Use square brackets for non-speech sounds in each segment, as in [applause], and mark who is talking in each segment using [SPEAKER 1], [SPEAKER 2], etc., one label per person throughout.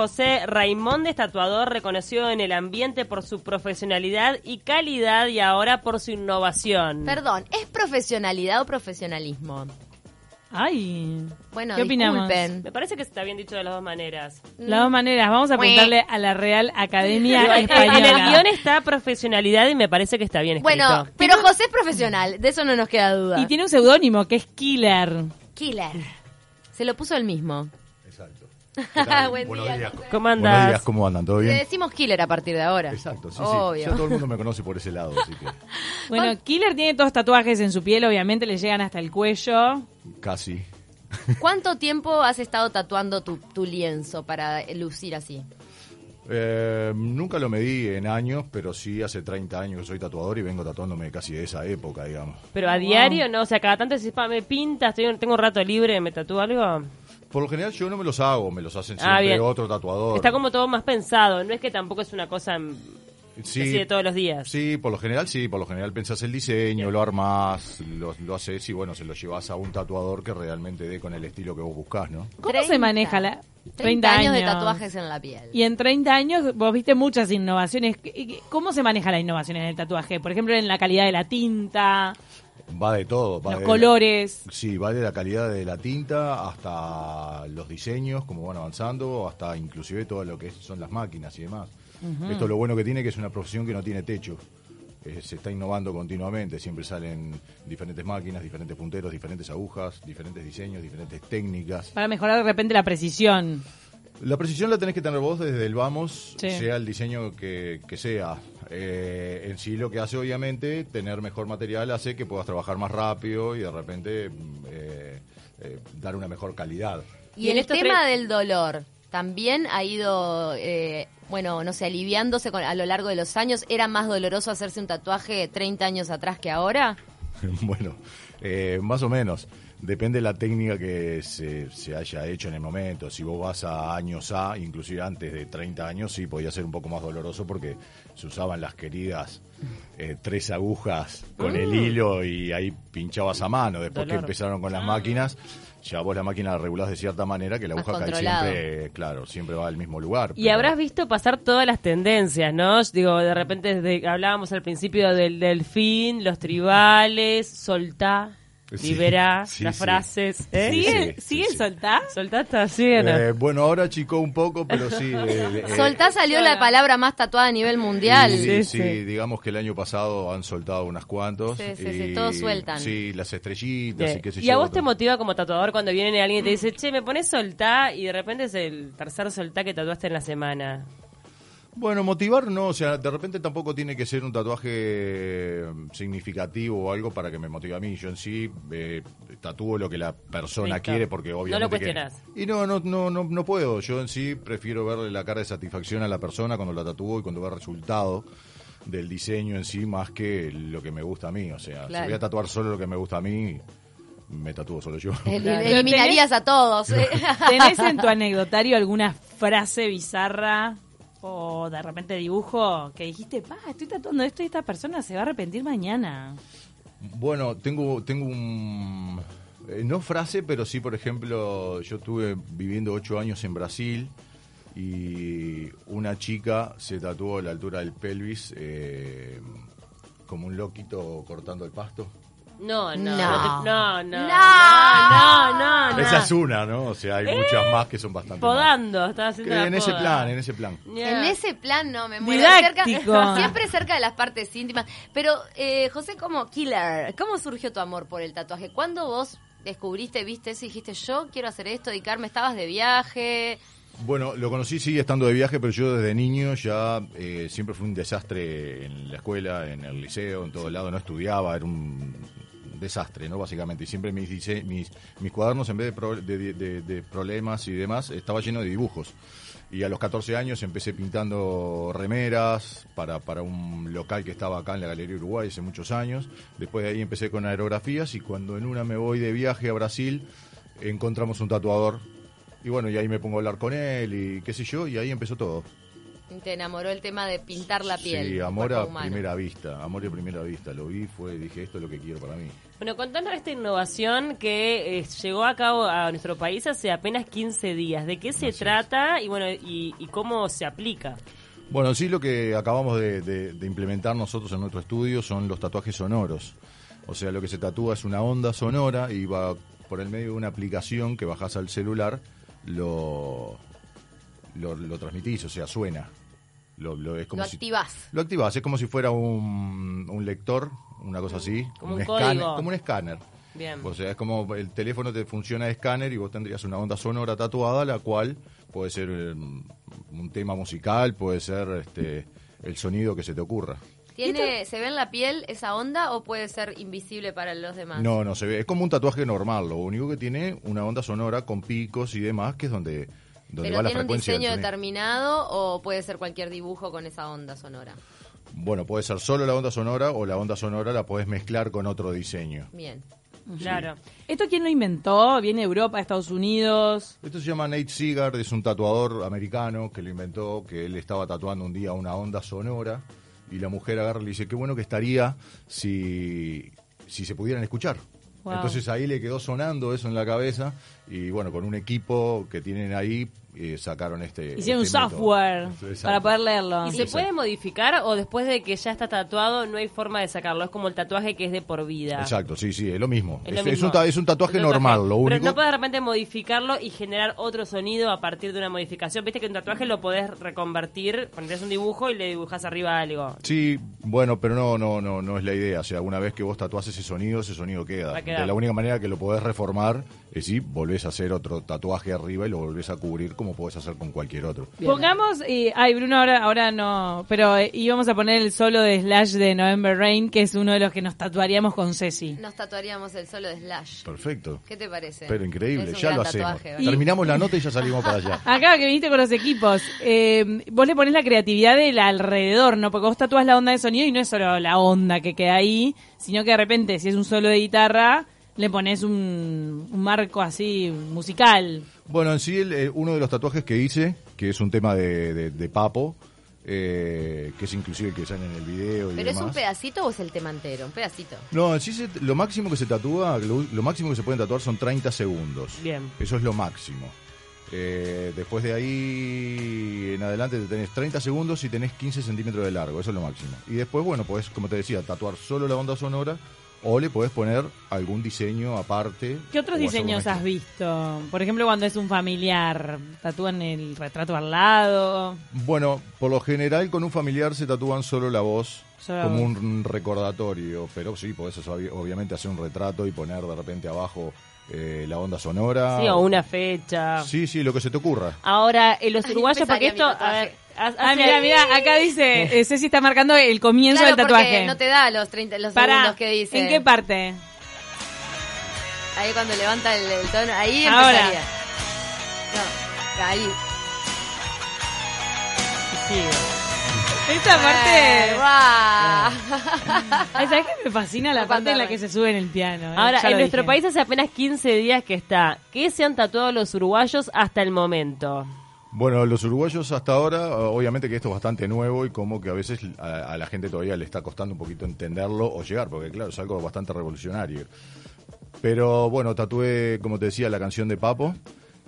[SPEAKER 1] José Raimond es tatuador reconocido en el ambiente por su profesionalidad y calidad y ahora por su innovación.
[SPEAKER 2] Perdón, ¿es profesionalidad o profesionalismo?
[SPEAKER 3] Ay.
[SPEAKER 2] Bueno,
[SPEAKER 3] ¿Qué opinamos? este
[SPEAKER 2] disculpen.
[SPEAKER 1] Me parece que está bien dicho de las dos maneras.
[SPEAKER 3] Las dos maneras, vamos a preguntarle a la Real Academia
[SPEAKER 1] En el
[SPEAKER 3] Española.
[SPEAKER 1] guión está profesionalidad y me parece que está bien escrito.
[SPEAKER 2] Bueno, pero José es profesional, de eso no nos queda duda.
[SPEAKER 3] Y tiene un seudónimo que es Killer.
[SPEAKER 2] Killer. Se lo puso él mismo.
[SPEAKER 4] Exacto. ¿Qué tal?
[SPEAKER 2] Buen
[SPEAKER 4] Buenos
[SPEAKER 2] día,
[SPEAKER 4] días.
[SPEAKER 2] José.
[SPEAKER 1] ¿Cómo
[SPEAKER 4] Buenos días,
[SPEAKER 1] andás?
[SPEAKER 4] ¿cómo andan? ¿Todo
[SPEAKER 2] Le
[SPEAKER 4] bien?
[SPEAKER 2] decimos killer a partir de ahora.
[SPEAKER 4] Exacto, sí, sí.
[SPEAKER 2] Obvio.
[SPEAKER 4] Ya todo el mundo me conoce por ese lado, así que
[SPEAKER 3] Bueno, Killer tiene todos tatuajes en su piel, obviamente le llegan hasta el cuello.
[SPEAKER 4] casi.
[SPEAKER 2] ¿Cuánto tiempo has estado tatuando tu, tu lienzo para lucir así?
[SPEAKER 4] Eh, nunca lo medí en años, pero sí hace 30 años que soy tatuador y vengo tatuándome casi de esa época, digamos.
[SPEAKER 1] Pero a diario, no, o sea, cada tanto decís, pa, me pinta, estoy- tengo un rato libre, me tatúo algo.
[SPEAKER 4] Por lo general yo no me los hago, me los hacen
[SPEAKER 1] Ah,
[SPEAKER 4] siempre
[SPEAKER 1] bien.
[SPEAKER 4] otro tatuador.
[SPEAKER 1] Está como todo más pensado, no es que tampoco es una cosa mm, así de todos los días.
[SPEAKER 4] Sí, por lo general sí, por lo general pensás el diseño, lo armás, lo, lo haces y bueno, se lo llevas a un tatuador que realmente dé con el estilo que vos buscás, ¿no?
[SPEAKER 3] ¿Cómo
[SPEAKER 2] 30.
[SPEAKER 3] se maneja la
[SPEAKER 2] 30, años de tatuajes en la piel.
[SPEAKER 3] Y en 30 años vos viste muchas innovaciones. ¿Cómo se maneja la innovación en el tatuaje? Por ejemplo, en la calidad de la tinta,
[SPEAKER 4] Va de todo, va
[SPEAKER 3] los
[SPEAKER 4] de
[SPEAKER 3] colores.
[SPEAKER 4] Sí, va de la calidad de la tinta hasta los diseños, como van avanzando, hasta inclusive todo lo que es- son las máquinas y demás. Esto lo bueno que tiene que es una profesión que no tiene techo. Eh, se está innovando continuamente, siempre salen diferentes máquinas, diferentes punteros, diferentes agujas, diferentes diseños, diferentes técnicas.
[SPEAKER 3] Para mejorar de repente la precisión.
[SPEAKER 4] La precisión la tenés que tener vos desde el vamos,
[SPEAKER 3] Sí.
[SPEAKER 4] sea el diseño que, que sea. Eh, en sí lo que hace obviamente, tener mejor material hace que puedas trabajar más rápido y de repente mm, eh, eh, dar una mejor calidad.
[SPEAKER 2] Y el tema del dolor también ha ido, eh, bueno, no sé, aliviándose con- a lo largo de los años. ¿Era más doloroso hacerse un tatuaje 30 años atrás que ahora?
[SPEAKER 4] [laughs] bueno, eh, más o menos. Depende de la técnica que se, se haya hecho en el momento. Si vos vas a años A, inclusive antes de 30 años, sí, podía ser un poco más doloroso porque se usaban las queridas eh, tres agujas con el hilo y ahí pinchabas a mano. Después que
[SPEAKER 1] Dolor.
[SPEAKER 4] empezaron con las máquinas, ya vos la máquina la regulás de cierta manera que la
[SPEAKER 2] Más
[SPEAKER 4] aguja cae
[SPEAKER 2] controlado.
[SPEAKER 4] siempre, claro, siempre va al mismo lugar.
[SPEAKER 1] Y
[SPEAKER 4] pero-
[SPEAKER 1] habrás visto pasar todas las tendencias, ¿no? Digo, de repente desde, hablábamos al principio del delfín, los tribales, soltá,
[SPEAKER 4] Sí,
[SPEAKER 1] liberá,
[SPEAKER 4] sí,
[SPEAKER 1] las
[SPEAKER 4] sí.
[SPEAKER 1] frases. ¿eh?
[SPEAKER 4] Sí,
[SPEAKER 3] ¿Sigue,
[SPEAKER 4] sí,
[SPEAKER 3] sigue
[SPEAKER 4] sí,
[SPEAKER 3] el
[SPEAKER 4] sí.
[SPEAKER 3] soltar?
[SPEAKER 1] Soltá está, sí, ¿o no?
[SPEAKER 4] Eh, bueno, ahora chico un poco, pero sí.
[SPEAKER 2] [laughs]
[SPEAKER 4] eh, eh,
[SPEAKER 2] Soltá salió la palabra más tatuada a nivel mundial. Eh,
[SPEAKER 4] Y- Sí,
[SPEAKER 1] Sí, sí.
[SPEAKER 4] digamos que el año pasado han soltado unas cuantos.
[SPEAKER 2] Sí, sí, sí,
[SPEAKER 4] y-
[SPEAKER 2] todos sueltan.
[SPEAKER 4] Sí, las estrellitas
[SPEAKER 1] Bien.
[SPEAKER 4] y qué sé
[SPEAKER 1] ¿Y
[SPEAKER 4] yo.
[SPEAKER 1] a vos te
[SPEAKER 4] otro.
[SPEAKER 1] motiva como tatuador cuando viene alguien y te dice, che, me pones soltá y de repente es el tercer soltá que tatuaste en la semana?
[SPEAKER 4] Bueno, motivar no, o sea, de repente tampoco tiene que ser un tatuaje eh, significativo o algo para que me motive a mí. Yo en sí eh, tatúo lo que la persona
[SPEAKER 1] Listo.
[SPEAKER 4] quiere porque
[SPEAKER 1] No lo
[SPEAKER 4] obviamente... que-
[SPEAKER 1] cuestionás.
[SPEAKER 4] Y no, no, no, no, no puedo. Yo en sí prefiero verle la cara de satisfacción a la persona cuando la tatúo y cuando ve el resultado del diseño en sí más que lo que me gusta a mí. O sea,
[SPEAKER 2] Claro.
[SPEAKER 4] si voy a tatuar solo lo que me gusta a mí, me tatúo solo yo.
[SPEAKER 2] El- eh, Eliminarías a todos. ¿eh?
[SPEAKER 3] ¿Tenés en tu anecdotario alguna frase bizarra o de repente dibujo que dijiste, pa, estoy tatuando esto y esta persona se va a arrepentir mañana?
[SPEAKER 4] Bueno, tengo, tengo un... eh, no frase, pero sí, por ejemplo, yo estuve viviendo ocho años en Brasil y una chica se tatuó a la altura del pelvis eh, como un loquito cortando el pasto.
[SPEAKER 1] No,
[SPEAKER 2] No.
[SPEAKER 1] no. No, no. No, no,
[SPEAKER 2] No.
[SPEAKER 1] no. no.
[SPEAKER 4] Esa es una, ¿no? O sea, hay muchas más que son bastante... más.
[SPEAKER 1] Podando, estaba haciendo
[SPEAKER 4] Que
[SPEAKER 1] la
[SPEAKER 4] en ese
[SPEAKER 1] poda.
[SPEAKER 4] plan, ¿eh? en ese plan.
[SPEAKER 1] Yeah.
[SPEAKER 2] [laughs] En ese plan no me muero.
[SPEAKER 3] Didáctico.
[SPEAKER 2] Cerca- [laughs] siempre cerca de las partes íntimas. Pero, eh, José, como killer, ¿cómo surgió tu amor por el tatuaje? ¿Cuándo vos descubriste, viste eso y dijiste, yo quiero hacer esto, dedicarme? ¿Estabas de viaje?
[SPEAKER 4] Bueno, lo conocí, sí, estando de viaje, pero yo desde niño ya eh, siempre fui un desastre en la escuela, en el liceo, en todo lado, no estudiaba, era un desastre, ¿no? Básicamente, y siempre mis, dise- mis, mis cuadernos, en vez de, pro- de- de- de problemas y demás, estaba lleno de dibujos. Y a los 14 años empecé pintando remeras para, para un local que estaba acá en la Galería Uruguay hace muchos años. Después de ahí empecé con aerografías y cuando en una me voy de viaje a Brasil, encontramos un tatuador y bueno, y ahí me pongo a hablar con él y qué sé yo, y ahí empezó todo.
[SPEAKER 2] Te enamoró el tema de pintar la piel.
[SPEAKER 4] Sí,
[SPEAKER 2] el
[SPEAKER 4] amor
[SPEAKER 2] cuerpo
[SPEAKER 4] a
[SPEAKER 2] humano.
[SPEAKER 4] primera vista, amor a primera vista. Lo vi, fue, dije, esto es lo que quiero para mí.
[SPEAKER 1] Bueno, contanos esta innovación que eh, llegó a cabo a nuestro país hace apenas 15 días. ¿De qué se trata y bueno y, y cómo se aplica?
[SPEAKER 4] Bueno, sí, lo que acabamos de, de- de implementar nosotros en nuestro estudio son los tatuajes sonoros. O sea, lo que se tatúa es una onda sonora y va por el medio de una aplicación que bajás al celular, lo, lo, lo transmitís, o sea, suena. Lo, lo- es como
[SPEAKER 2] Lo
[SPEAKER 4] si-
[SPEAKER 2] activás.
[SPEAKER 4] Lo activás, es como si fuera un, un lector, una cosa así.
[SPEAKER 1] Como un
[SPEAKER 4] escáner,
[SPEAKER 1] código.
[SPEAKER 4] Como un escáner.
[SPEAKER 1] Bien.
[SPEAKER 4] O sea, es como el teléfono te funciona de escáner y vos tendrías una onda sonora tatuada, la cual puede ser eh, un tema musical, puede ser este el sonido que se te ocurra.
[SPEAKER 2] ¿Tiene, ¿Se ve en la piel esa onda o puede ser invisible para los demás?
[SPEAKER 4] No, no se ve. Es como un tatuaje normal, lo único que tiene una onda sonora con picos y demás, que es donde, donde
[SPEAKER 2] ¿Pero
[SPEAKER 4] va la
[SPEAKER 2] tiene un
[SPEAKER 4] frecuencia. del
[SPEAKER 2] diseño
[SPEAKER 4] sonido.
[SPEAKER 2] determinado o puede ser cualquier dibujo con esa onda sonora?
[SPEAKER 4] bueno, puede ser solo la onda sonora o la onda sonora la podés mezclar con otro diseño.
[SPEAKER 2] Bien.
[SPEAKER 1] Claro.
[SPEAKER 3] ¿Esto quién lo inventó? ¿Viene de Europa, Estados Unidos?
[SPEAKER 4] Esto se llama Nate Seagard, es un tatuador americano que lo inventó, que él estaba tatuando un día una onda sonora y la mujer agarra y le dice, qué bueno que estaría si, si se pudieran escuchar.
[SPEAKER 3] Wow.
[SPEAKER 4] Entonces ahí le quedó sonando eso en la cabeza y bueno, con un equipo que tienen ahí eh, sacaron este...
[SPEAKER 3] Hicieron un
[SPEAKER 4] este método.
[SPEAKER 3] software
[SPEAKER 4] Este
[SPEAKER 3] para poder
[SPEAKER 4] software.
[SPEAKER 3] leerlo.
[SPEAKER 1] ¿Y se
[SPEAKER 4] Exacto.
[SPEAKER 1] puede modificar o después de que ya está tatuado no hay forma de sacarlo? Es como el tatuaje que es de por vida.
[SPEAKER 4] Exacto, sí, sí, es lo mismo.
[SPEAKER 1] Es
[SPEAKER 4] Es,
[SPEAKER 1] lo
[SPEAKER 4] es
[SPEAKER 1] mismo.
[SPEAKER 4] un, ta- es un tatuaje normal, lo único...
[SPEAKER 1] Pero no puedes de repente modificarlo y generar otro sonido a partir de una modificación. Viste que un tatuaje lo podés reconvertir, pones un dibujo y le dibujas arriba algo.
[SPEAKER 4] Sí, bueno, pero no, no, no, no es la idea. O sea, una vez que vos tatuás ese sonido, ese sonido queda.
[SPEAKER 1] Va a quedar.
[SPEAKER 4] De la única manera que lo podés reformar es si volvés a hacer otro tatuaje arriba y lo volvés a cubrir como podés hacer con cualquier otro.
[SPEAKER 3] Pongamos, eh, ay Bruno, ahora, ahora no, pero eh, íbamos a poner el solo de Slash de November Rain, que es uno de los que nos tatuaríamos con Ceci.
[SPEAKER 2] Nos tatuaríamos el solo de Slash.
[SPEAKER 4] Perfecto.
[SPEAKER 2] ¿Qué te parece?
[SPEAKER 4] Pero increíble,
[SPEAKER 2] Es un
[SPEAKER 4] ya
[SPEAKER 2] gran
[SPEAKER 4] lo hacemos.
[SPEAKER 2] tatuaje, ¿verdad?
[SPEAKER 4] Terminamos la nota y ya salimos
[SPEAKER 2] [laughs]
[SPEAKER 4] para allá.
[SPEAKER 3] Acá que viniste con los equipos, eh, vos le pones la creatividad del alrededor, ¿no? Porque vos tatuás la onda de sonido y no es solo la onda que queda ahí, sino que de repente, si es un solo de guitarra, le pones un, un marco así musical.
[SPEAKER 4] Bueno, en sí, el- eh, uno de los tatuajes que hice, que es un tema de, de- de papo, eh, que es inclusive el que sale en el video y
[SPEAKER 2] ¿Pero es un
[SPEAKER 4] demás.
[SPEAKER 2] pedacito o es el tema entero? Un pedacito.
[SPEAKER 4] No, en sí se- lo máximo que se tatúa, lo, lo máximo que se pueden tatuar son 30 segundos.
[SPEAKER 1] Bien.
[SPEAKER 4] Eso es lo máximo. Eh, después de ahí en adelante te tenés 30 segundos y tenés 15 centímetros de largo, eso es lo máximo. Y después, bueno, podés, como te decía, tatuar solo la onda sonora o le podés poner algún diseño aparte.
[SPEAKER 3] ¿Qué otros
[SPEAKER 4] o hacer
[SPEAKER 3] diseños
[SPEAKER 4] una mezcla.
[SPEAKER 3] has visto? Por ejemplo, cuando es un familiar, tatúan el retrato al lado.
[SPEAKER 4] Bueno, por lo general con un familiar se tatúan solo la voz
[SPEAKER 3] Solo la
[SPEAKER 4] como
[SPEAKER 3] voz.
[SPEAKER 4] un recordatorio, pero sí, podés obvi- obviamente hacer un retrato y poner de repente abajo eh, la onda sonora.
[SPEAKER 1] Sí, o una fecha.
[SPEAKER 4] Sí, sí, lo que se te ocurra.
[SPEAKER 1] Ahora, eh, los
[SPEAKER 2] Ay,
[SPEAKER 1] uruguayos,
[SPEAKER 2] me
[SPEAKER 1] porque
[SPEAKER 2] salía
[SPEAKER 1] esto...
[SPEAKER 2] mi tatuaje.
[SPEAKER 1] a ver, ha-
[SPEAKER 3] Ah,
[SPEAKER 1] hace-
[SPEAKER 3] mira, mira, acá dice, eh, Ceci está marcando el comienzo
[SPEAKER 2] Claro,
[SPEAKER 3] del
[SPEAKER 2] porque
[SPEAKER 3] tatuaje.
[SPEAKER 2] no te da los 30 los
[SPEAKER 3] Pará,
[SPEAKER 2] segundos que dice.
[SPEAKER 3] ¿en qué parte?
[SPEAKER 2] Ahí cuando levanta el, el tono, ahí
[SPEAKER 3] Ahora.
[SPEAKER 2] empezaría. No, ahí.
[SPEAKER 1] sí.
[SPEAKER 3] Esta
[SPEAKER 2] Eh,
[SPEAKER 3] parte...
[SPEAKER 2] guau.
[SPEAKER 3] Ay, ¿Sabes qué me fascina la
[SPEAKER 2] No
[SPEAKER 3] parte en la
[SPEAKER 2] contarme.
[SPEAKER 3] que se sube en el piano? eh?
[SPEAKER 1] Ahora,
[SPEAKER 3] Ya
[SPEAKER 1] en
[SPEAKER 3] lo
[SPEAKER 1] nuestro
[SPEAKER 3] dije.
[SPEAKER 1] país hace apenas 15 días que está. ¿Qué se han tatuado los uruguayos hasta el momento?
[SPEAKER 4] Bueno, los uruguayos hasta ahora, obviamente que esto es bastante nuevo y como que a veces a, a la gente todavía le está costando un poquito entenderlo o llegar, porque claro, es algo bastante revolucionario. Pero bueno, tatué, como te decía, la canción de Papo.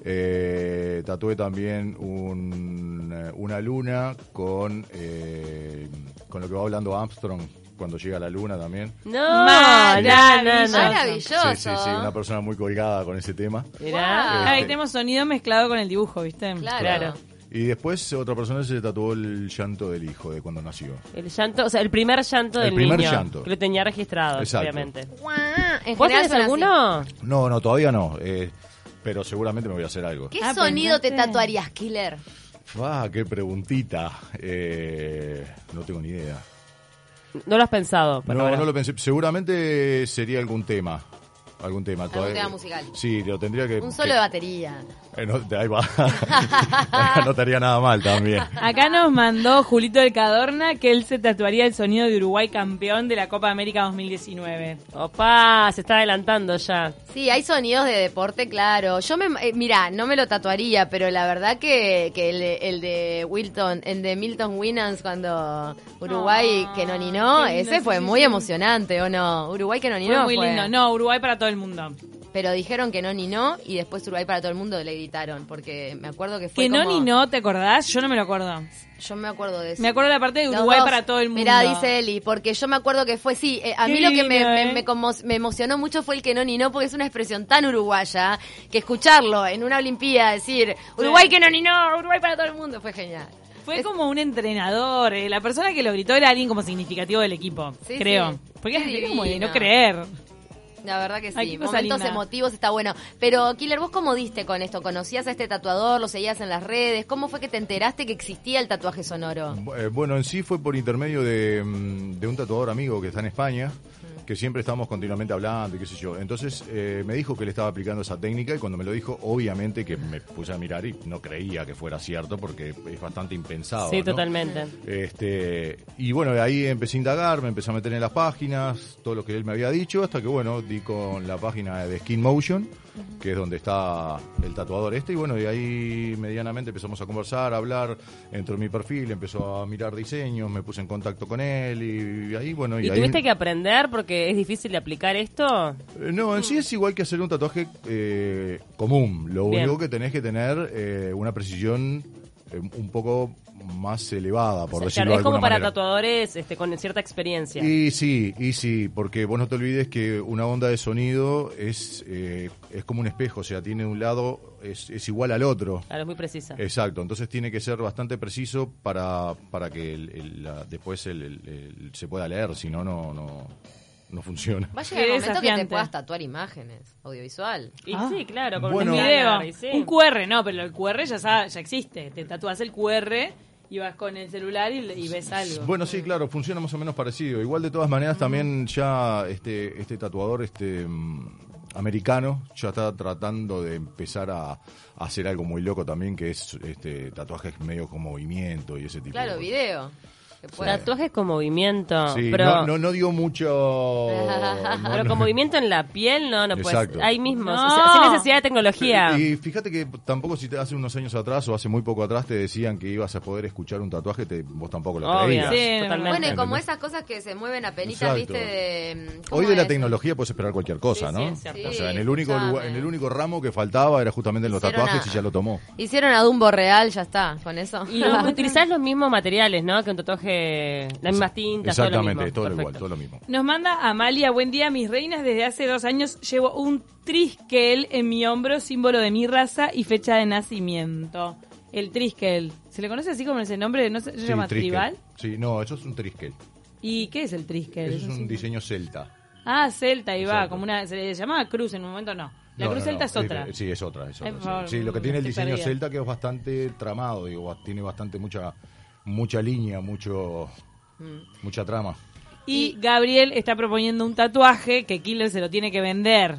[SPEAKER 4] Eh, tatué también un, eh, una luna con, eh, con lo que va hablando Armstrong cuando llega a la luna también.
[SPEAKER 1] No,
[SPEAKER 3] Maravilloso.
[SPEAKER 1] no, no, no.
[SPEAKER 2] Maravilloso.
[SPEAKER 4] Sí, sí, sí, una persona muy colgada con ese tema.
[SPEAKER 1] Mirá.
[SPEAKER 2] Guau.
[SPEAKER 3] Ah, ahí tenemos sonido mezclado con el dibujo, ¿viste?
[SPEAKER 2] Ah, Claro.
[SPEAKER 4] Y después otra persona se tatuó el llanto del hijo de cuando nació.
[SPEAKER 1] El llanto, o sea, el primer llanto
[SPEAKER 4] El
[SPEAKER 1] del
[SPEAKER 4] primer
[SPEAKER 1] niño.
[SPEAKER 4] llanto.
[SPEAKER 1] Que lo tenía registrado,
[SPEAKER 4] Exacto.
[SPEAKER 1] obviamente.
[SPEAKER 2] Guau. En
[SPEAKER 1] ¿Vos tenés
[SPEAKER 2] general son así.
[SPEAKER 1] alguno?
[SPEAKER 4] No, no, todavía no. eh, pero seguramente me voy a hacer algo.
[SPEAKER 2] ¿Qué
[SPEAKER 3] Ah,
[SPEAKER 2] sonido te
[SPEAKER 3] pensaste.
[SPEAKER 2] tatuarías, Killer?
[SPEAKER 4] Ah, qué preguntita. Eh, no tengo ni idea.
[SPEAKER 1] No lo has pensado. por
[SPEAKER 4] No,
[SPEAKER 1] ahora.
[SPEAKER 4] no lo pensé. Seguramente sería algún tema. algún tema.
[SPEAKER 2] Algún
[SPEAKER 4] Todavía-
[SPEAKER 2] tema musical.
[SPEAKER 4] Sí, lo tendría que...
[SPEAKER 2] Un solo de batería.
[SPEAKER 4] que- eh, no, ahí va. [laughs] no estaría nada mal también.
[SPEAKER 3] Acá nos mandó Julito del Cadorna que él se tatuaría el sonido de Uruguay campeón de la Copa América 2019.
[SPEAKER 1] Opa, se está adelantando ya.
[SPEAKER 2] Sí, hay sonidos de deporte, claro. Yo me, eh, mira, no me lo tatuaría, pero la verdad que, que el, de- el de Wilton, el de Milton Winans cuando Uruguay
[SPEAKER 3] Ah,
[SPEAKER 2] que no ni no,
[SPEAKER 3] qué lindo,
[SPEAKER 2] ese fue
[SPEAKER 3] sí, sí,
[SPEAKER 2] muy
[SPEAKER 3] sí.
[SPEAKER 2] emocionante, ¿o no? Uruguay que no ni
[SPEAKER 3] Fue
[SPEAKER 2] no
[SPEAKER 3] muy
[SPEAKER 2] fue.
[SPEAKER 3] lindo. No, Uruguay para todo el mundo.
[SPEAKER 2] Pero dijeron que no ni no y después Uruguay para todo el mundo le gritaron, porque me acuerdo que fue
[SPEAKER 3] Que no
[SPEAKER 2] como-
[SPEAKER 3] ni no, ¿te acordás? Yo no me lo acuerdo.
[SPEAKER 2] Yo me acuerdo de eso.
[SPEAKER 3] Me acuerdo la parte de
[SPEAKER 2] Los
[SPEAKER 3] Uruguay
[SPEAKER 2] dos.
[SPEAKER 3] para todo el mundo.
[SPEAKER 2] Mirá, dice Eli, porque yo me acuerdo que fue, sí, eh, a
[SPEAKER 3] Qué
[SPEAKER 2] mí lo que me,
[SPEAKER 3] lindo,
[SPEAKER 2] me-
[SPEAKER 3] eh.
[SPEAKER 2] me conmo- me emocionó mucho fue el que no ni no, porque es una expresión tan uruguaya que escucharlo en una Olimpiada decir Uruguay que no ni no, Uruguay para todo el mundo, fue genial.
[SPEAKER 3] Fue como un entrenador. eh, La persona que lo gritó era alguien como significativo del equipo,
[SPEAKER 2] Sí,
[SPEAKER 3] creo.
[SPEAKER 2] sí.
[SPEAKER 3] Porque
[SPEAKER 2] Qué
[SPEAKER 3] es como de no
[SPEAKER 2] divino.
[SPEAKER 3] creer.
[SPEAKER 2] La verdad que sí,
[SPEAKER 3] Ay, qué cosa
[SPEAKER 2] momentos
[SPEAKER 3] linda.
[SPEAKER 2] emotivos está bueno. Pero, Killer, ¿vos cómo diste con esto? ¿Conocías a este tatuador? ¿Lo seguías en las redes? ¿Cómo fue que te enteraste que existía el tatuaje sonoro?
[SPEAKER 4] Bu- eh, Bueno, en sí fue por intermedio de, mm, de un tatuador amigo que está en España, que siempre estamos continuamente hablando y qué sé yo. Entonces eh, me dijo que le estaba aplicando esa técnica y cuando me lo dijo, obviamente que me puse a mirar y no creía que fuera cierto porque es bastante impensado.
[SPEAKER 1] sí,
[SPEAKER 4] ¿no?
[SPEAKER 1] totalmente.
[SPEAKER 4] Este, y bueno, de ahí empecé a indagar, me empecé a meter en las páginas, todo lo que él me había dicho, hasta que bueno, di con la página de Skin Motion, que es donde está el tatuador este, y bueno, de ahí medianamente empezamos a conversar, a hablar, entró en mi perfil, empezó a mirar diseños, me puse en contacto con él, y, y ahí bueno, y,
[SPEAKER 1] ¿Y
[SPEAKER 4] ahí-
[SPEAKER 1] tuviste que aprender porque es difícil de aplicar esto?
[SPEAKER 4] eh, No,
[SPEAKER 1] Mm.
[SPEAKER 4] en sí es igual que hacer un tatuaje eh, común. Lo
[SPEAKER 1] Bien.
[SPEAKER 4] único que tenés que tener eh, una precisión eh, un poco más elevada, por
[SPEAKER 1] O sea,
[SPEAKER 4] decirlo
[SPEAKER 1] claro,
[SPEAKER 4] de
[SPEAKER 1] es como
[SPEAKER 4] alguna
[SPEAKER 1] para
[SPEAKER 4] manera.
[SPEAKER 1] tatuadores este, con cierta experiencia.
[SPEAKER 4] Y sí, y sí, porque vos no te olvides que una onda de sonido es, eh, es como un espejo, o sea, tiene un lado, es, es igual al otro.
[SPEAKER 1] Claro, es muy precisa.
[SPEAKER 4] Exacto, entonces tiene que ser bastante preciso para, para que el- el- la- después el- el- el- se pueda leer, si no, no, no, no funciona.
[SPEAKER 2] Va a llegar
[SPEAKER 3] Qué
[SPEAKER 2] el momento que te
[SPEAKER 3] desafiante.
[SPEAKER 2] puedas tatuar imágenes audiovisual.
[SPEAKER 1] Y
[SPEAKER 3] Ah.
[SPEAKER 1] sí, claro, con
[SPEAKER 4] Bueno.
[SPEAKER 1] un
[SPEAKER 3] un
[SPEAKER 1] escáner,
[SPEAKER 3] video,
[SPEAKER 1] y sí.
[SPEAKER 3] un QR, no, pero el QR ya sabe- ya existe. Te tatúas el QR y vas con el celular y, y ves algo.
[SPEAKER 4] Bueno, sí, claro, funciona más o menos parecido. Igual de todas maneras también ya este este tatuador este mm, americano ya está tratando de empezar a, a hacer algo muy loco también que es este tatuajes medio con movimiento y ese tipo.
[SPEAKER 2] Claro,
[SPEAKER 4] de
[SPEAKER 2] video. Que pueda-
[SPEAKER 1] Tatuajes con movimiento.
[SPEAKER 4] cosas. Sí,
[SPEAKER 1] pero
[SPEAKER 4] no, no, no dio mucho
[SPEAKER 2] [laughs]
[SPEAKER 4] no,
[SPEAKER 1] pero
[SPEAKER 4] no.
[SPEAKER 1] con movimiento en la piel, no, no puedes.
[SPEAKER 4] Exacto.
[SPEAKER 1] Ahí mismo,
[SPEAKER 3] No.
[SPEAKER 1] o sea, sin necesidad de tecnología.
[SPEAKER 4] Y fíjate que tampoco si te hace unos años atrás o hace muy poco atrás te decían que ibas a poder escuchar un tatuaje, te- vos tampoco lo
[SPEAKER 1] Obvio,
[SPEAKER 4] creías.
[SPEAKER 3] Sí,
[SPEAKER 1] totalmente.
[SPEAKER 2] Bueno, y como
[SPEAKER 4] ¿Entendés?
[SPEAKER 2] esas cosas que se mueven a
[SPEAKER 4] Exacto.
[SPEAKER 2] penitas, viste, de... mm, ¿cómo
[SPEAKER 4] Hoy de la
[SPEAKER 2] es?
[SPEAKER 4] tecnología puedes esperar cualquier cosa,
[SPEAKER 1] Sí, sí,
[SPEAKER 4] ¿no?
[SPEAKER 1] es cierto.
[SPEAKER 4] o sea, en el
[SPEAKER 2] Sí,
[SPEAKER 4] único
[SPEAKER 2] escuchame.
[SPEAKER 4] lugar- en el único ramo que faltaba era justamente en los
[SPEAKER 2] Hicieron
[SPEAKER 4] tatuajes
[SPEAKER 2] a-
[SPEAKER 4] y ya lo tomó.
[SPEAKER 2] Hicieron a Dumbo real, ya está, con eso.
[SPEAKER 1] Y
[SPEAKER 3] [laughs]
[SPEAKER 1] utilizás los mismos materiales, ¿no? Que un tatuaje, las mismas tintas, todo lo mismo.
[SPEAKER 4] Exactamente, todo lo, igual,
[SPEAKER 1] Perfecto.
[SPEAKER 4] todo lo mismo.
[SPEAKER 3] Nos manda Amalia, buen día, mis reinas. Desde hace dos años llevo un triskel en mi hombro, símbolo de mi raza y fecha de nacimiento. El triskel. ¿Se le conoce así como ese nombre? ¿No se se
[SPEAKER 4] Sí,
[SPEAKER 3] llama
[SPEAKER 4] triskel.
[SPEAKER 3] tribal?
[SPEAKER 4] Sí, no, eso es un triskel.
[SPEAKER 3] ¿Y qué es el triskel?
[SPEAKER 4] Eso es un
[SPEAKER 3] símbolo?
[SPEAKER 4] diseño celta.
[SPEAKER 3] Ah, celta, y va,
[SPEAKER 4] Exacto.
[SPEAKER 3] como una... Se le llamaba cruz en un momento, no. La
[SPEAKER 4] No,
[SPEAKER 3] cruz
[SPEAKER 4] no,
[SPEAKER 3] celta
[SPEAKER 4] no,
[SPEAKER 3] es otra.
[SPEAKER 4] Sí, es otra, es
[SPEAKER 3] Ay,
[SPEAKER 4] otra,
[SPEAKER 3] por
[SPEAKER 4] sí.
[SPEAKER 3] favor,
[SPEAKER 4] Sí, lo que
[SPEAKER 3] me
[SPEAKER 4] tiene el
[SPEAKER 3] estoy
[SPEAKER 4] diseño
[SPEAKER 3] perdida.
[SPEAKER 4] celta que es bastante tramado, digo, tiene bastante mucha mucha línea, mucho mucha trama.
[SPEAKER 3] Y Gabriel está proponiendo un tatuaje que Killer se lo tiene que vender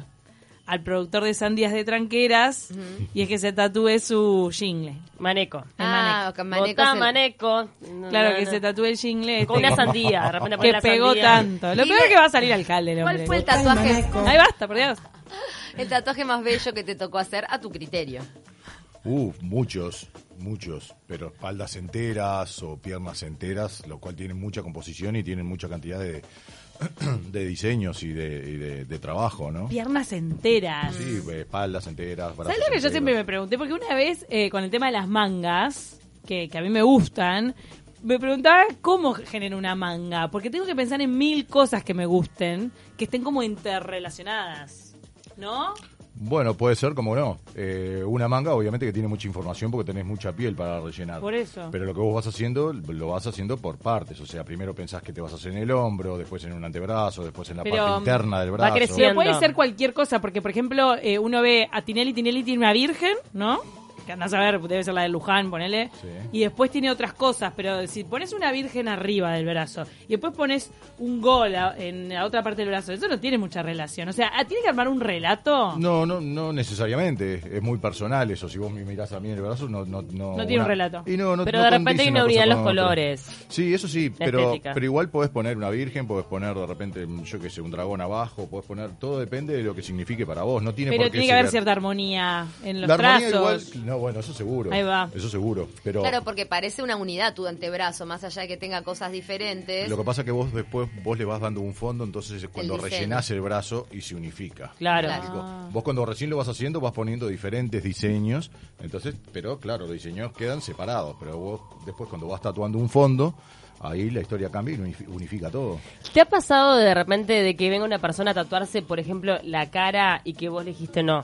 [SPEAKER 3] al productor de Sandías de Tranqueras y es que se tatúe su jingle.
[SPEAKER 1] Maneco.
[SPEAKER 2] [laughs] Ah, con Maneco
[SPEAKER 1] Botá,
[SPEAKER 2] se-
[SPEAKER 1] maneco. No,
[SPEAKER 3] Claro
[SPEAKER 1] no,
[SPEAKER 3] que
[SPEAKER 1] no.
[SPEAKER 3] se tatúe el jingle este
[SPEAKER 1] Con
[SPEAKER 4] [laughs]
[SPEAKER 1] una sandía, de repente
[SPEAKER 3] que
[SPEAKER 1] ponés la
[SPEAKER 3] pegó
[SPEAKER 1] sandía.
[SPEAKER 3] tanto. Lo
[SPEAKER 2] Y
[SPEAKER 3] peor es
[SPEAKER 2] de-
[SPEAKER 3] que va a salir alcalde el
[SPEAKER 2] ¿Cuál
[SPEAKER 3] hombre.
[SPEAKER 2] fue el tatuaje,
[SPEAKER 3] Ahí basta, por Dios.
[SPEAKER 2] el tatuaje más bello que te tocó hacer a tu criterio?
[SPEAKER 4] Uh, muchos, muchos, pero espaldas enteras o piernas enteras, lo cual tienen mucha composición y tienen mucha cantidad de, [clears throat] de diseños y de, y de- de trabajo, ¿no?
[SPEAKER 3] Piernas enteras.
[SPEAKER 4] Sí, eh, espaldas enteras, brazos
[SPEAKER 3] ¿Sabes lo que yo
[SPEAKER 4] enteros.
[SPEAKER 3] siempre me pregunté? Porque una vez eh, con el tema de las mangas, que, que a mí me gustan, me preguntaba cómo genero una manga. Porque tengo que pensar en mil cosas que me gusten, que estén como interrelacionadas. ¿No?
[SPEAKER 4] Bueno, puede ser, como no. Eh, una manga, obviamente, que tiene mucha información porque tenés mucha piel para rellenar.
[SPEAKER 3] Por eso.
[SPEAKER 4] Pero lo que vos vas haciendo, lo vas haciendo por partes. O sea, primero pensás que te vas a hacer en el hombro, después en un antebrazo, después en la
[SPEAKER 3] Pero,
[SPEAKER 4] parte interna del
[SPEAKER 1] va
[SPEAKER 4] brazo.
[SPEAKER 1] creciendo.
[SPEAKER 3] Pero puede ser cualquier cosa, porque por ejemplo, eh, uno ve a Tinelli, Tinelli tiene una virgen, ¿no? que andás a ver, debe ser la de Luján, ponele.
[SPEAKER 4] Sí.
[SPEAKER 3] Y después tiene otras cosas, pero si pones una virgen arriba del brazo y después pones un gol a- en la otra parte del brazo, eso no tiene mucha relación. O sea, ah, tiene que armar un relato.
[SPEAKER 4] No, no, no necesariamente. Es, es muy personal eso. Si vos me mirás a mí en el brazo, no. No, no,
[SPEAKER 3] No tiene un relato.
[SPEAKER 4] Y no, no-
[SPEAKER 1] Pero
[SPEAKER 4] no
[SPEAKER 1] de
[SPEAKER 4] condice
[SPEAKER 1] repente hay una unidad en
[SPEAKER 4] cosa
[SPEAKER 1] los
[SPEAKER 4] con otra.
[SPEAKER 1] colores.
[SPEAKER 4] Sí, eso sí, pero,
[SPEAKER 1] estética.
[SPEAKER 4] pero igual podés poner una virgen, podés poner de repente, yo qué sé, un dragón abajo, podés poner. Todo depende de lo que signifique para vos. No tiene
[SPEAKER 3] Pero
[SPEAKER 4] por qué
[SPEAKER 3] tiene que haber
[SPEAKER 4] ser-
[SPEAKER 3] cierta armonía en los
[SPEAKER 4] La armonía
[SPEAKER 3] trazos.
[SPEAKER 4] igual. No, bueno, eso seguro.
[SPEAKER 3] Ahí va.
[SPEAKER 4] Eso seguro. Pero
[SPEAKER 2] Claro, porque parece una unidad tu antebrazo, más allá de que tenga cosas diferentes.
[SPEAKER 4] lo que pasa es que vos después vos le vas dando un fondo, entonces cuando
[SPEAKER 2] diseño.
[SPEAKER 4] rellenás el brazo y se unifica.
[SPEAKER 1] Claro.
[SPEAKER 2] Claro.
[SPEAKER 4] Digo, Vos cuando recién lo vas haciendo vas poniendo diferentes diseños, entonces, pero claro, los diseños quedan separados, pero vos después cuando vas tatuando un fondo, ahí la historia cambia y unifi- unifica todo.
[SPEAKER 1] ¿Te ha pasado de repente de que venga una persona a tatuarse, por ejemplo, la cara y que vos le dijiste no?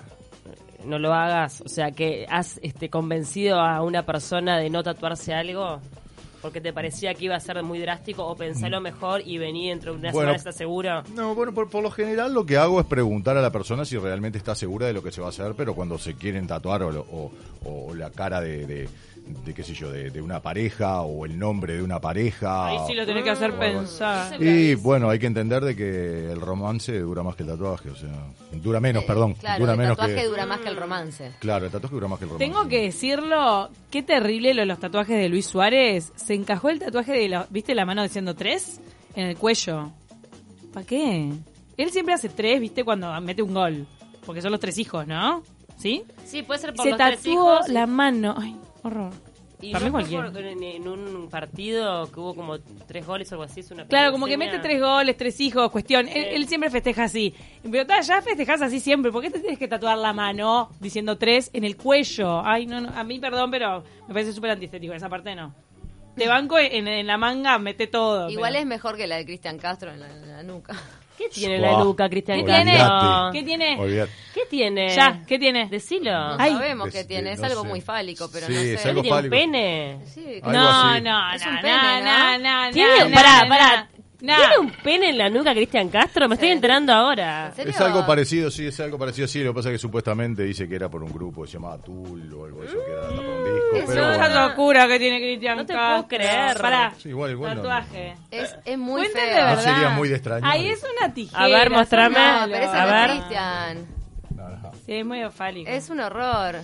[SPEAKER 1] No lo hagas. O sea, que has este, convencido a una persona de no tatuarse algo porque te parecía que iba a ser muy drástico o pensalo
[SPEAKER 3] Mm.
[SPEAKER 1] mejor y vení dentro de una
[SPEAKER 4] Bueno.
[SPEAKER 1] semana, ¿estás seguro?
[SPEAKER 4] No, bueno, por, por lo general lo que hago es preguntar a la persona si realmente está segura de lo que se va a hacer, pero cuando se quieren tatuar o, lo- o- o la cara de, de- de, qué sé yo, de, de una pareja o el nombre de una pareja.
[SPEAKER 3] Ahí sí lo tenés que
[SPEAKER 4] Ah,
[SPEAKER 3] hacer pensar.
[SPEAKER 4] Y bueno, hay que entender de que el romance dura más que el tatuaje, o sea, dura menos,
[SPEAKER 2] Eh,
[SPEAKER 4] perdón,
[SPEAKER 2] Claro,
[SPEAKER 4] dura
[SPEAKER 2] el
[SPEAKER 4] menos
[SPEAKER 2] tatuaje
[SPEAKER 4] que
[SPEAKER 2] dura más que el romance.
[SPEAKER 4] Claro, el tatuaje dura más que el romance.
[SPEAKER 3] Tengo que decirlo, qué terrible lo de los tatuajes de Luis Suárez. Se encajó el tatuaje de la, ¿viste la mano diciendo tres? En el cuello. ¿Para qué? Él siempre hace tres, ¿viste? Cuando mete un gol. Porque son los tres hijos, ¿no? ¿Sí?
[SPEAKER 1] Sí, puede ser por
[SPEAKER 3] Se
[SPEAKER 1] los tres
[SPEAKER 3] tatuó
[SPEAKER 1] hijos.
[SPEAKER 3] la mano. Ay, horror.
[SPEAKER 1] Y yo
[SPEAKER 3] Para mí
[SPEAKER 1] fue
[SPEAKER 3] cualquiera.
[SPEAKER 1] por- en, en un partido que hubo como tres goles o algo así. Es una
[SPEAKER 3] Claro, como que
[SPEAKER 1] seña.
[SPEAKER 3] mete tres goles, tres hijos, cuestión. Él, él siempre festeja así. Pero ta, ya festejas así siempre. ¿Por qué te tienes que tatuar la mano diciendo tres en el cuello? Ay, no, no. A mí, perdón, pero me parece súper antiestético. Esa parte no. Te banco en, en la manga, mete todo.
[SPEAKER 2] Igual
[SPEAKER 3] pero-
[SPEAKER 2] es mejor que la de Cristian Castro en la, en la nuca.
[SPEAKER 1] ¿Qué tiene la
[SPEAKER 4] Buah,
[SPEAKER 1] Luca, Cristian?
[SPEAKER 3] ¿Qué
[SPEAKER 1] Castro?
[SPEAKER 3] tiene?
[SPEAKER 4] olvidate.
[SPEAKER 3] ¿Qué tiene?
[SPEAKER 4] Olvidate.
[SPEAKER 1] ¿Qué tiene?
[SPEAKER 3] Ya, ¿qué tiene?
[SPEAKER 1] Decilo.
[SPEAKER 2] No
[SPEAKER 3] Ay.
[SPEAKER 2] sabemos
[SPEAKER 4] Es-
[SPEAKER 2] qué tiene,
[SPEAKER 4] eh,
[SPEAKER 2] es
[SPEAKER 4] no
[SPEAKER 2] algo
[SPEAKER 4] sé.
[SPEAKER 2] muy fálico, pero
[SPEAKER 4] Sí,
[SPEAKER 2] no
[SPEAKER 4] es
[SPEAKER 2] sé.
[SPEAKER 1] ¿Qué
[SPEAKER 4] algo
[SPEAKER 1] tiene un
[SPEAKER 4] fálico.
[SPEAKER 1] pene?
[SPEAKER 2] Sí,
[SPEAKER 4] Algo
[SPEAKER 3] no,
[SPEAKER 4] así.
[SPEAKER 3] no,
[SPEAKER 2] Es
[SPEAKER 3] no,
[SPEAKER 2] un
[SPEAKER 3] no,
[SPEAKER 2] pene,
[SPEAKER 3] no,
[SPEAKER 2] ¿no?
[SPEAKER 3] no, no,
[SPEAKER 1] ¿Tiene,
[SPEAKER 3] no,
[SPEAKER 1] pará,
[SPEAKER 3] no,
[SPEAKER 1] pará.
[SPEAKER 3] no.
[SPEAKER 1] ¿Tiene un pene en la nuca Cristian Castro? Me estoy enterando ahora.
[SPEAKER 2] ¿En serio?
[SPEAKER 4] Es algo parecido, sí, es algo parecido, sí. Lo que pasa es que supuestamente dice que era por un grupo que se llamaba Tool o algo de eso, que era tapa un disco. Pero
[SPEAKER 3] Esa
[SPEAKER 4] bueno.
[SPEAKER 3] locura que tiene Cristian
[SPEAKER 1] No te
[SPEAKER 3] Castro.
[SPEAKER 1] puedo creer.
[SPEAKER 3] Pará.
[SPEAKER 4] Sí, igual, igual no.
[SPEAKER 3] Tatuaje.
[SPEAKER 2] Es, es muy
[SPEAKER 3] Cuenten de
[SPEAKER 2] feo.
[SPEAKER 4] No
[SPEAKER 3] verdad.
[SPEAKER 4] Ah, sería muy de extrañar.
[SPEAKER 3] Ahí es una tijera.
[SPEAKER 1] A ver, mostrame.
[SPEAKER 2] No,
[SPEAKER 3] sácalo.
[SPEAKER 2] pero ese
[SPEAKER 1] A
[SPEAKER 2] no es
[SPEAKER 1] ver.
[SPEAKER 2] Cristian.
[SPEAKER 4] No, no.
[SPEAKER 3] Sí, es muy ofálico.
[SPEAKER 2] Es un horror.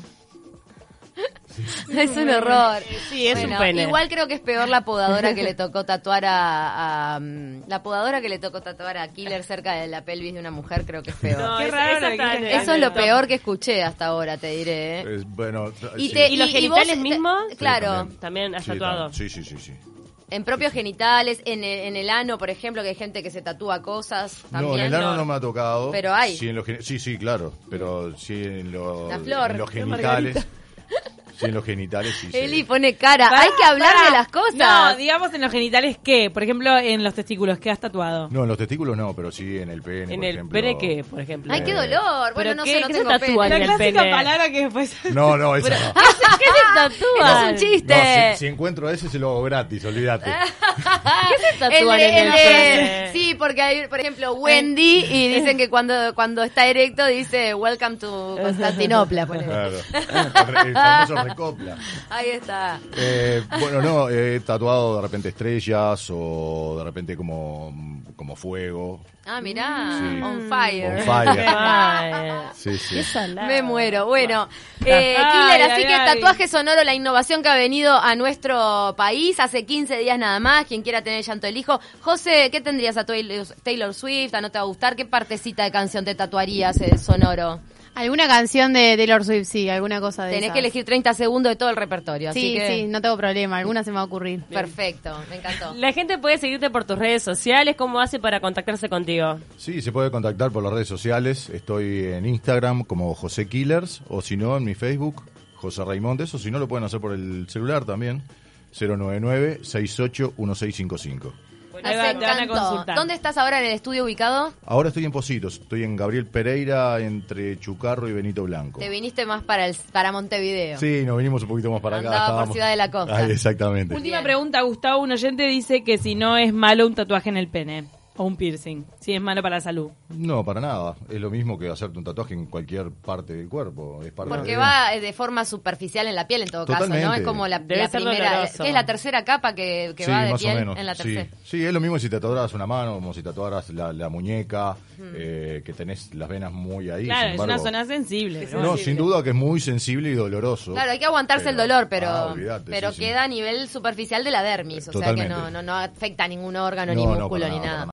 [SPEAKER 2] Es un horror.
[SPEAKER 1] Sí, es
[SPEAKER 2] Bueno,
[SPEAKER 1] un pene.
[SPEAKER 2] Igual creo que es peor la podadora
[SPEAKER 1] [laughs]
[SPEAKER 2] que le tocó tatuar a, a, mm, la podadora que le tocó tatuar a Killer cerca de la pelvis de una mujer, creo que es peor.
[SPEAKER 1] No,
[SPEAKER 3] Qué
[SPEAKER 1] esa-
[SPEAKER 3] raro
[SPEAKER 1] esa
[SPEAKER 3] que
[SPEAKER 1] está-
[SPEAKER 3] quieras
[SPEAKER 2] Eso es lo peor que escuché hasta ahora, te diré. ¿eh?
[SPEAKER 4] Es- bueno, t- sí.
[SPEAKER 1] ¿Y los genitales
[SPEAKER 2] te-
[SPEAKER 1] mismos? Sí,
[SPEAKER 2] Claro,
[SPEAKER 4] también.
[SPEAKER 1] También has
[SPEAKER 4] Sí,
[SPEAKER 1] tatuado.
[SPEAKER 4] tam- Sí, sí, sí, sí.
[SPEAKER 2] en propios genitales, en el, en el ano, por ejemplo, que hay gente que se tatúa cosas. También,
[SPEAKER 4] no, en el ano no me ha tocado.
[SPEAKER 2] Pero hay.
[SPEAKER 4] Sí, en los gen- sí, sí, claro. Pero sí en, los-
[SPEAKER 2] La flor,
[SPEAKER 4] en los
[SPEAKER 2] la
[SPEAKER 4] genitales. Sí, en los genitales, sí. sí.
[SPEAKER 2] Eli pone cara. hay que hablar
[SPEAKER 3] Pará.
[SPEAKER 2] de las cosas.
[SPEAKER 3] No, digamos en los genitales qué. Por ejemplo, en los testículos, ¿qué has tatuado?
[SPEAKER 4] No, en los testículos no, pero sí en el pene.
[SPEAKER 1] ¿En
[SPEAKER 4] por
[SPEAKER 1] el
[SPEAKER 4] ejemplo.
[SPEAKER 1] pene qué, por ejemplo?
[SPEAKER 2] Ay, qué
[SPEAKER 4] Eh,
[SPEAKER 2] dolor. Bueno,
[SPEAKER 1] ¿pero
[SPEAKER 2] no
[SPEAKER 1] qué-
[SPEAKER 2] sé, no
[SPEAKER 1] qué se
[SPEAKER 2] tengo
[SPEAKER 1] tatúan?
[SPEAKER 2] pene.
[SPEAKER 1] en
[SPEAKER 3] La
[SPEAKER 1] el
[SPEAKER 3] clásica
[SPEAKER 1] pene.
[SPEAKER 3] palabra que después.
[SPEAKER 4] No, no,
[SPEAKER 1] [laughs]
[SPEAKER 4] esa no.
[SPEAKER 2] ¿Qué se tatúan? Es un chiste.
[SPEAKER 4] No, si, si encuentro ese, se lo hago gratis, olvídate.
[SPEAKER 1] tatúan
[SPEAKER 2] Ah, El de-
[SPEAKER 1] en el
[SPEAKER 2] el
[SPEAKER 1] pene?
[SPEAKER 2] de-
[SPEAKER 1] Eh.
[SPEAKER 2] Sí, porque hay, por ejemplo, Wendy y dicen que cuando, cuando está erecto dice Welcome to
[SPEAKER 1] [laughs]
[SPEAKER 2] Constantinopla. por ejemplo.
[SPEAKER 4] Claro. El famoso recopla.
[SPEAKER 2] Ahí está.
[SPEAKER 4] Eh, bueno, no, he tatuado de repente estrellas o de repente como, como fuego.
[SPEAKER 2] Ah, mirá.
[SPEAKER 4] Sí.
[SPEAKER 2] On fire.
[SPEAKER 4] On fire.
[SPEAKER 1] Ay,
[SPEAKER 4] Sí, sí.
[SPEAKER 1] qué salada.
[SPEAKER 2] Me muero. Bueno, eh,
[SPEAKER 3] [laughs] Ay,
[SPEAKER 2] Killer, así
[SPEAKER 3] ay,
[SPEAKER 2] que
[SPEAKER 3] ay.
[SPEAKER 2] tatuaje sonoro, la innovación que ha venido a nuestro país hace 15 días nada más. Quien quiera tener el llanto del hijo. José, ¿qué tendrías a tu- Taylor Swift? ¿A no te va a gustar? ¿Qué partecita de canción te tatuarías eh, sonoro?
[SPEAKER 5] Alguna canción de Taylor Swift, sí, alguna cosa de
[SPEAKER 2] Tenés
[SPEAKER 5] esas.
[SPEAKER 2] que elegir 30 segundos de todo el repertorio. Así
[SPEAKER 5] Sí,
[SPEAKER 2] que...
[SPEAKER 5] sí, no tengo problema, alguna se me va a ocurrir.
[SPEAKER 2] Perfecto, me encantó.
[SPEAKER 1] La gente puede seguirte por tus redes sociales. ¿Cómo hace para contactarse contigo?
[SPEAKER 4] Sí, se puede contactar por las redes sociales. Estoy en Instagram como José Killers o si no en mi Facebook, José Raimondes, o si no lo pueden hacer por el celular también, 099-681655.
[SPEAKER 3] Ahí
[SPEAKER 2] Nos
[SPEAKER 3] va, te van a
[SPEAKER 2] encantó.
[SPEAKER 3] consultar.
[SPEAKER 2] ¿Dónde estás ahora en el estudio ubicado?
[SPEAKER 4] Ahora estoy en Positos, estoy en Gabriel Pereira entre Chucarro y Benito Blanco.
[SPEAKER 2] Te viniste más para el para Montevideo.
[SPEAKER 4] Sí, nos vinimos un poquito más para acá.
[SPEAKER 2] Andaba por
[SPEAKER 4] estábamos-
[SPEAKER 2] Ciudad de la Costa.
[SPEAKER 4] Ahí, exactamente.
[SPEAKER 2] [laughs]
[SPEAKER 3] Última
[SPEAKER 2] Bien.
[SPEAKER 3] pregunta, Gustavo, un oyente dice que si no es malo un tatuaje en el pene. o un piercing, si es malo para la salud.
[SPEAKER 4] No, para nada. Es lo mismo que hacerte un tatuaje en cualquier parte del cuerpo. Es parte
[SPEAKER 2] Porque
[SPEAKER 4] de-
[SPEAKER 2] va eh, de forma superficial en la piel en todo caso, ¿no?
[SPEAKER 4] Totalmente.
[SPEAKER 2] Es como la,
[SPEAKER 1] Debe
[SPEAKER 2] la
[SPEAKER 1] ser
[SPEAKER 2] primera,
[SPEAKER 1] doloroso.
[SPEAKER 2] que es la tercera capa que, que
[SPEAKER 4] Sí,
[SPEAKER 2] va de
[SPEAKER 4] más o
[SPEAKER 2] piel
[SPEAKER 4] menos,
[SPEAKER 2] en la
[SPEAKER 4] sí.
[SPEAKER 2] tercera.
[SPEAKER 4] Sí. es lo mismo si te tatuaras una mano, como si tatuaras la, la muñeca, eh, que tenés las venas muy ahí.
[SPEAKER 3] Claro,
[SPEAKER 4] sin
[SPEAKER 3] es una
[SPEAKER 4] embargo-
[SPEAKER 3] zona sensible. pero
[SPEAKER 4] No,
[SPEAKER 3] bueno.
[SPEAKER 4] sin duda que es muy sensible y doloroso.
[SPEAKER 2] Claro, hay que aguantarse el dolor, pero,
[SPEAKER 4] Ah, olvidate,
[SPEAKER 2] pero
[SPEAKER 4] sí, sí.
[SPEAKER 2] queda a nivel superficial de la dermis, o sea que
[SPEAKER 4] Totalmente.
[SPEAKER 2] no, no, no afecta a ningún órgano,
[SPEAKER 4] No,
[SPEAKER 2] ni
[SPEAKER 4] no,
[SPEAKER 2] músculo,
[SPEAKER 4] para
[SPEAKER 2] ni
[SPEAKER 4] nada,
[SPEAKER 2] nada.